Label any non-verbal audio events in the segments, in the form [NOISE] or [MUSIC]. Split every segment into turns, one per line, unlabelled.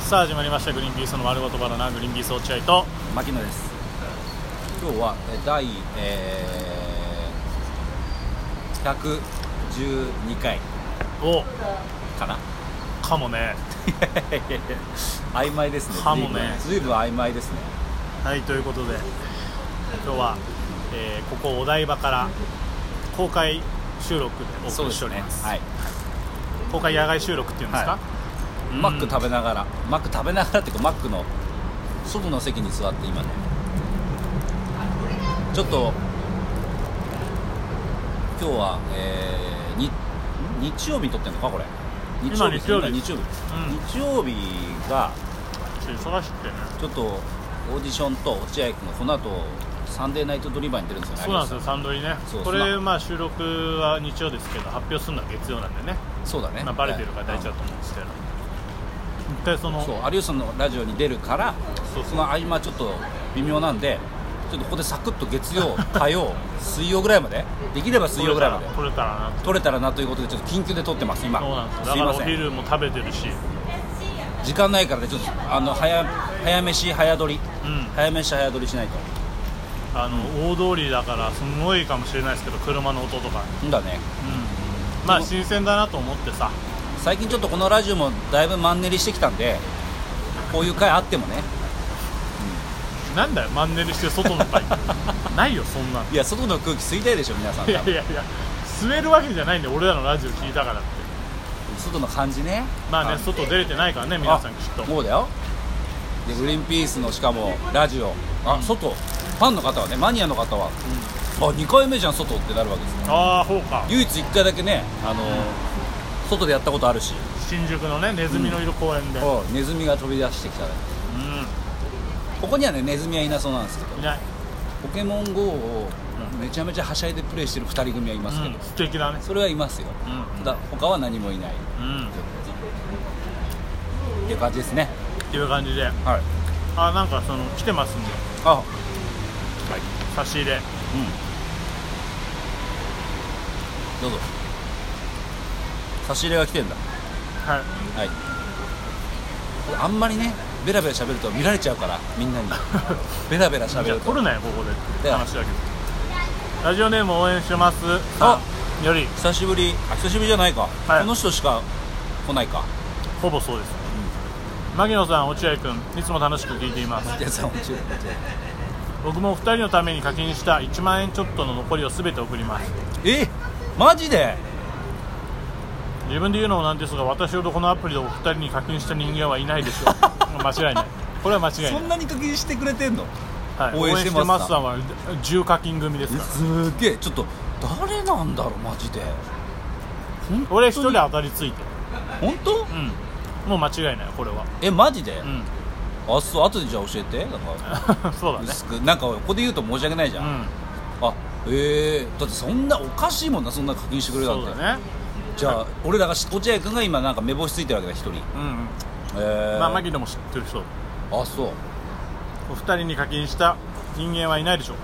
さあ始まりましたグリーンピースの丸ごとバナナグリーンピース落合と
牧野です今日はえー第、えー、112回
お
かな
かもね
曖昧ですね
かもね
随分曖昧ですね
はいということで今日は、えーここお台場から公開収録でお送りしております
はい、
公開野外収録っていうんですか、
は
うん
マック食べながらマック食べながらっていうかマックの外の席に座って今ねちょっと今日は、えー、に日曜日に撮ってんのかこれ日
今
です
日曜日
日曜
う
日、
ん
日曜日が
ちょっと忙しくてね
ちょっとオーディションと落合君がこの後サンデーナイトドリバーに出るんですよね
そうなんですよサンドリね
そう
こ
そう
れ
な
まあ収録は日曜ですけど発表するのは月曜なんでね、
そうだね
まあ、バレてるから大丈夫だと思うんですけど一体その
そう有吉さんのラジオに出るから
そうそう
その合間ちょっと微妙なんでちょっとここでサクッと月曜火
[LAUGHS]
曜水曜ぐらいまでできれば水曜ぐらいまで
撮れたらな
撮れたらなということでちょっと緊急で撮ってます今
そうなんですよだか
すい
ら
ま
お
せん
昼も食べてるしう
時間ないからねちょっとあの早早飯早撮り
ん
早飯早撮りしないと
あの大通りだからすごいかもしれないですけど車の音とか、
うんだね
うん、まあ新鮮だなと思ってさ
最近ちょっとこのラジオもだいぶマンネリしてきたんでこういう回あってもね
なんだよマンネリして外のパイプ [LAUGHS] ないよそんなの
いや外の空気吸いたいでしょ皆さん
い
多
や
分
いやいや吸えるわけじゃないんで俺らのラジオ聞いたからって
外の感じね
まあね外出れてないからね皆さんきっと
あそうだよでグリーンピースのしかもラジオあ外ファンの方はねマニアの方は、あ2回目じゃん外ってなるわけですよ
ああそうか
唯一1回だけねあのー外でやったことあるし、
新宿のねネズミのいる公園で、うん
おうネズミが飛び出してきたらここにはねネズミはいなそうなんですけど
いない、
ポケモン GO をめちゃめちゃはしゃいでプレイしてる2人組はいますけど、
うん、素敵だね
それはいますよ
うん
だ他は何もいない
うん
っていう感じですね
っていう感じで
はい
あなんかその来てますんで
あはい
差し入れ
うんどうぞ差し入れが来てんだ
はい
はいあんまりねベラベラ喋ると見られちゃうからみん
[LAUGHS]
なにベラベラ
じ
喋
ゃあ
ると
取るなよここでって
で
話だけどラジオネーム応援してますさんより
久しぶりあ久しぶりじゃないか、
はい
この人しか来ないか
ほぼそうです、牧野さん落合君いつも楽しく聞いています
いやさ面白い
僕もお二人のために課金した1万円ちょっとの残りを全て送ります
[LAUGHS] えマジで
自分で言うのもなんですが私ほどこのアプリでお二人に課金した人間はいないでしょう
[LAUGHS]
間違いないこれは間違い
そ
ない
ん、なに課金してくれてんの
はい、
応援してます
応さんは10課金組ですから
すげえちょっと誰なんだろうマジで本当に
俺一人当たりついて
本当
うんもう間違いないこれは
えマジで、
うん [LAUGHS]
あそう後でじゃあ教えてなんか
そうだね
薄くなんかここで言うと申し訳ないじゃ、
うんん
あええだってそんなおかしいもんなそんな課金してくれるなん
そう
て
だね
じゃあ俺らがし落合君が今なんか目星ついてるわけだ一人
うんうん
えー、
まあ牧野も知ってる人
あそう
お二人に課金した人間はいないでしょう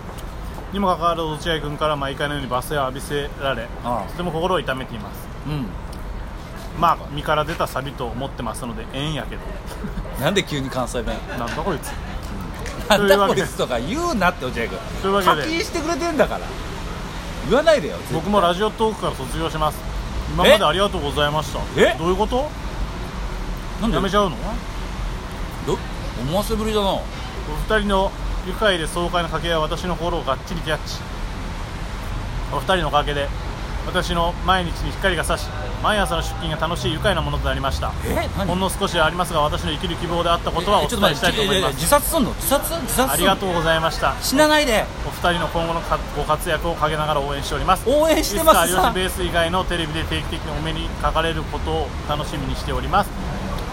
にもかかわらず落合君から毎回のように罵声を浴びせられ
ああ
とても心を痛めています
うん
まあ身から出たサビと思ってますので縁やけど
なんで急に関西弁
なんだこいつ
なん
という
だ
わ
こ
けで
いつとか言うなって落合君
というわけで
課金してくれてんだから言わないでよ絶対
僕もラジオトークから卒業します今までありがとうございました
え
どういうこと
なんで
やめちゃうの
ど思わせぶりだな
お二人の愉快で爽快な掛け合いは私の心をがっちりキャッチお二人のおかげで私の毎日に光が差し毎朝の出勤が楽しい愉快なものとなりました
え何
ほんの少しはありますが私の生きる希望であったことはお伝えしたいと思いま
自
す
殺すんの自殺自
あ
殺す
り
んの
がとうございました
死なないで
お二人の今後のかご活躍を陰ながら応援しております
応援してます
いつか有吉ベース以外のテレビで定期的にお目にかかれることを楽しみにしております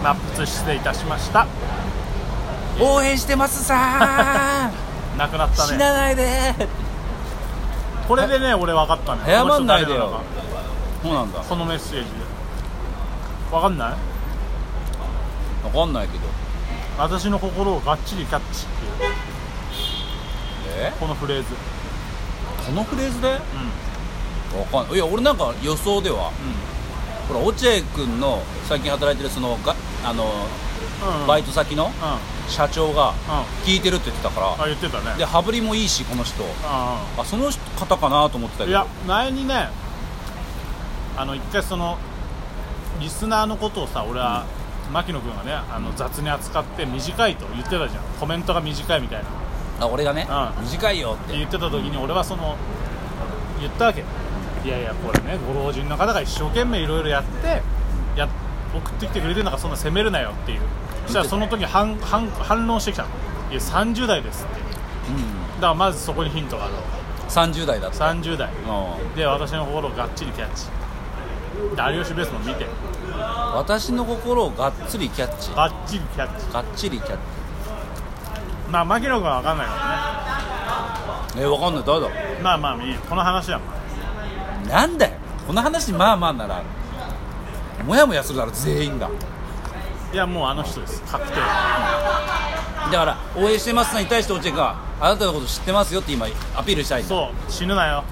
ナップ失礼いたしました
応援してま
[LAUGHS]
すさ
なくなった
死
ね
なないで
これでね俺分かったね
謝んない
こ
で
の人誰なのか
よそうなんだ
このメッセージで分かんない
分かんないけど
私の心をがっちりキャッチっていう
え
このフレーズ
このフレーズでわ
うん
かんないいや俺なんか予想では
う
ほら落合君の最近働いてるそのがあの
うんうん
バイト先の
うんうん
社長が
あ
聞いてるって言ってたから
言ってたね
で羽振りもいいしこの人
うんうん
あその方かなと思ってたけ
い
ど
や前にねあの一回そのリスナーのことをさ俺は、牧野君がねあの雑に扱って短いと言ってたじゃんコメントが短いみたいなっ
あ俺がね、
うん
短いよって
て言ってた時に俺はその言ったわけいやいやこれねご老人の方が一生懸命いろいろやってやっ送ってきてくれてるんだからそんな責めるなよっていうそしたらその時反反反論してきたのいや30代ですって
うん、
だからまずそこにヒントがある
30代だった
30代
うん
で私の心をがっちりキャッチで有吉ベースも見て
私の心をがっつりキャッチが
がっちりキャッチ
っちりキャッチ
まあ牧野君は分かんないか
えわかんない誰だ
らねまあまあいいよこの話はま
なんだよこの話まあまあならもやもやするだろ全員が
あいやもうあの人です確定
だから応援してますなに対して落合君があなたのこと知ってますよって今アピールしたいんだ
そう死ぬなよ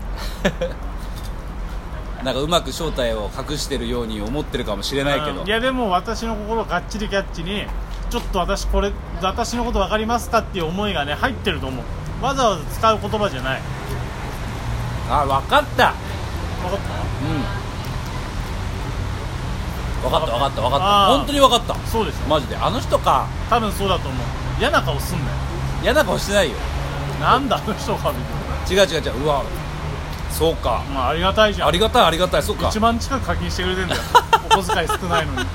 なんかうまく正体を隠してるように思ってるかもしれないけど、
うんいやでも私の心をがっちりキャッチにちょっと私これ私のこと分かりますかっていう思いがね入ってると思うわざわざ使う言葉じゃない
あ分かった
分かった
分かった分かった分かっ
あ
た
ー
本当に分かった
そうでしょ
マジであの人か
多分そうだと思う嫌な顔すんなよ
嫌な顔してないよ
なんだあの人かみた
違う違う違ううわそうか
いなまあありがたいじゃん
ありがたいありがたいそうか
1万近く課金してくれて
[LAUGHS]
んだよお小遣い少ないのに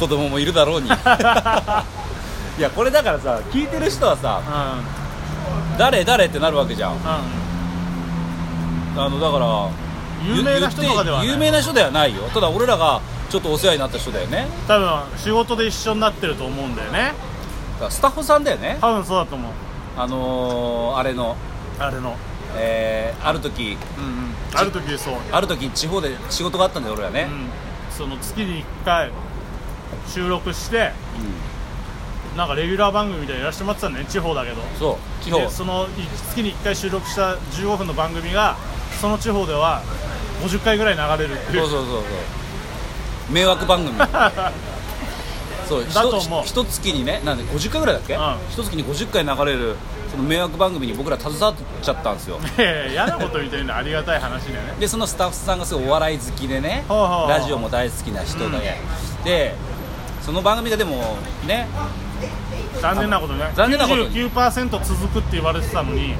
子供もいる
[LAUGHS]
だろうにいやこれだからさ聞いてる人はさ
うん
誰誰ってなるわけじゃんあのだから
うん有名な人とかではない
言って有名な人ではないよただ俺らがちょっとお世話になった人だよね
多分仕事で一緒になってると思うんだよね
だからスタッフさんだよね
多分そうだと思う
あのー、あれの
あれの
えー、ある時
うんうんある時そう、
ある時地方で仕事があったんだよ俺ら
う
ね、
ん、その月に1回収録してなんかレギュラー番組みたいにやらせてもらってたんだよね地方だけど
そう地
で
方
その月に1回収録した15分の番組がその地方では50回ぐらい流れるってい
そううそうそうそう迷惑番
[LAUGHS]
組そうひ
だと
と
思う
ひと月にねなんで50回ぐらいだっけ、
うん
ひと月に50回流れるその迷惑番組に僕ら携わっちゃったんですよ
いやいや [LAUGHS] 嫌なことみたいなありがたい話だよね
でそのスタッフさんがすごいお笑い好きでね
ほうほうほう
ラジオも大好きな人で、でその番組がでもね
残念なことね
残念なことに
99%続くって言われてたのに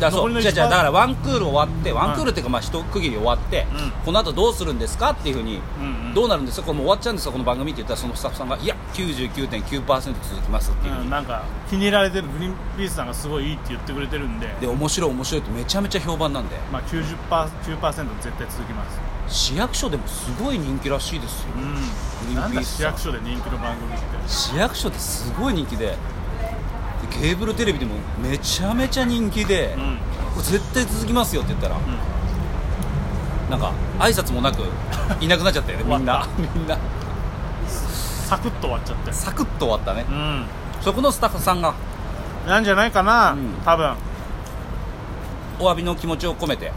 だからそ
残り
う
の
じゃあ
一番
じゃあだからワンクール終わってワンクールっていうかまあ一区切り終わって、
うん
この後どうするんですかっていうふうに、
うんうん
どうなるんですかこれもう終わっちゃうんですかこの番組って言ったらそのスタッフさんがいや99.9%続きますっていうふうに、
うん、なんか気に入られてるグリーンピースさんがすごいいいって言ってくれてるんで
で面白い面白いってめちゃめちゃ評判なんで
まあ 90%, 9絶対続きます
市役所でもすごい人気らしいですよ
う
グ
ん
リー
な
ン
ん
ピー
だ
スさん
市役所で人気の番組って
市役所ってすごい人気ででケーブルテレビでもめちゃめちゃ人気で、
うん、
これ絶対続きますよって言ったら、なんか挨拶もなくいなくなっち
[LAUGHS]
ゃったよねみんなみんな
サクッと終わっちゃって
サクッと終わったね
うん
そこのスタッフさんが
なんじゃないかな、
うん
多分
お詫びの気持ちを込めて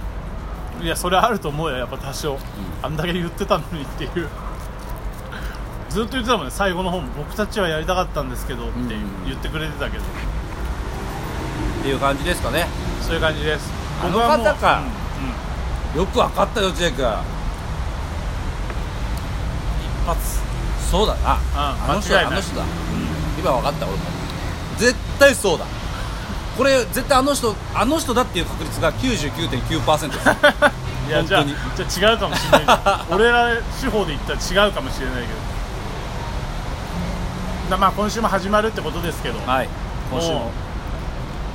いやそれあると思うよやっぱ多少、あんだけ言ってたのにっていうずっと言ってたもんね最後の方も僕たちはやりたかったんですけどっていう
うん
言ってくれてたけど、
っていう感じですかね
そういう感じです
あの
僕はもう
方か
うんうん
よく分かったよ千恵君
一発
そうだなあの人だ
間違い
あ
ない
の人だ今分かった俺も絶対そうだこれ絶対あの人あの人だっていう確率が99.9%で
[LAUGHS]
す
いや
本
じゃ
当
あ
に
じゃあ違うかもしれない
[LAUGHS]
俺ら手法で言ったら違うかもしれないけどだまあ今週も始まるってことですけど
はい今週
もう
も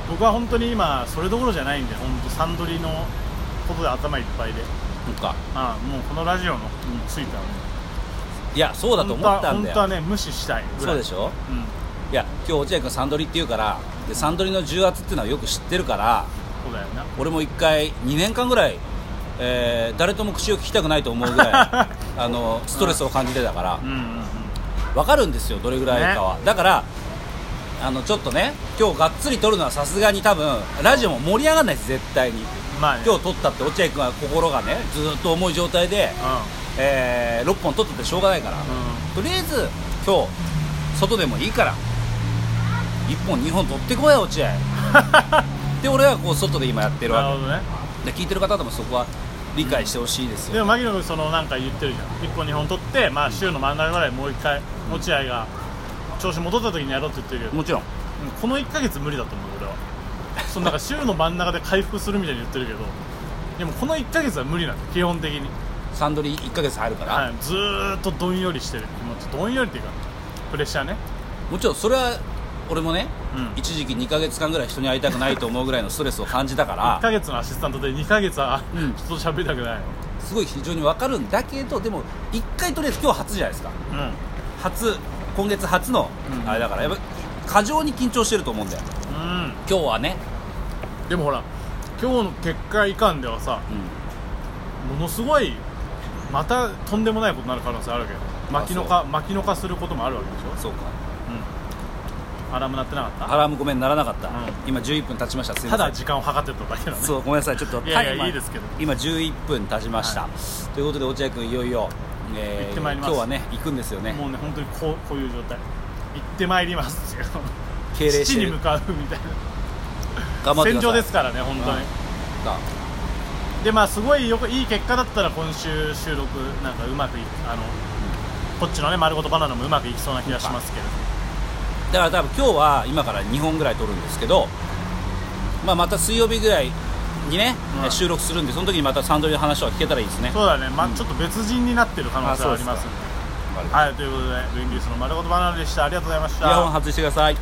僕は本当に今それどころじゃないんで本当サンドリのことで頭いっぱいで、
そっか
まあ、もうこのラジオのについてはも
いやそうだ
う
と
本当
思
は
ったんだ
本当は
よ
ね無視したいぐら
そ
いう
でしょ
うん
いや今日落合君サンドリっていうからでサンドリの重圧っていうのはよく知ってるから
そうだよな
俺も一回2年間ぐらい、えー誰とも口を聞きたくないと思う
[LAUGHS]
ぐらいあのストレスを感じてたから
うんうんうん
分かるんですよどれぐらいかは、だからあのちょっとね今日がっつり撮るのはさすがに多分ラジオも盛り上がらないです絶対に
まあね
今日撮ったって落合君は心がねずーっと重い状態で、え6本撮ったってしょうがないから、
う
とりあえず今日外でもいいから1本2本取ってこいよ落
[LAUGHS]
合で俺はこう外で今やってる
な
わ
るほどね
けで聞いてる方でもそこは理解してほしいです
で
よ、
も牧野君そのなんか言ってるじゃん1本2本取って、まあ、週の真ん中ぐらいもう1回落合が調子戻った時にやろうって言ってるけど
もちろん
うんこの1ヶ月無理だと思う俺はそのなんか週の真ん中で回復するみたいに言ってるけどでもこの1ヶ月は無理なんだ基本的に、
サンドリー1ヶ月入るから、
はい、ずーっとどんよりしてる気持ちどんよりっていうかプレッシャーね
もちろんそれは俺もね、
うん
一時期2ヶ月間ぐらい人に会いたくないと思うぐらいのストレスを感じたか
1
ら
ヶ月のアシスタントで2ヶ月は、
うん
人と喋りたくない
すごい非常に分かるんだけどでも1回とりあえず今日初じゃないですか
うん
初今月初の、
うん
あれだからやっぱ過剰に緊張してると思うんだよ
う
今日はね、
んでもほら今日の結果いかんではさ
う
ものすごいまたとんでもないことになる可能性あるわけど巻きのか巻きのかすることもあるわけでし
ん、そうか
ょ、うん、アラーム鳴ってなかっ
アラームごめんならなかった、
うん
今11分経ちましたすい
た
ま
た
せん
だ時間を計ってただけだね
そうごめんなさいちょっと
いやいや
タイマー
いいですけど
今11分経ちました、
は
ということで落合君いよいよ、え
行ってまいります
今日はね行くんですよね
もうね本当にこうこういう状態行ってまいりますっていう
敬礼し
父
て
に
る
向かうみたい
頑張
な
って
戦
くださ
場
い
ですからね本当に、
さ
でまあすごいよくいい結果だったら今週収録なんかうまくいあの、こっちのね丸ごとバナナもうまくいきそうな気がしますけれど、
あだから多分今日は今から2本ぐらい撮るんですけど、まあ、また水曜日ぐらいにね、
うん
収録するんでその時にまたサンドリーの話を聞けたらいいですね
そうだね、まあ
うん
ちょっと別人になってる可能性はありま
あ
す
そ
ん
う
で
ですか
はいということでウィンディースの丸ごとバナナでしたありがとうございまし
イヤホン
た
外してください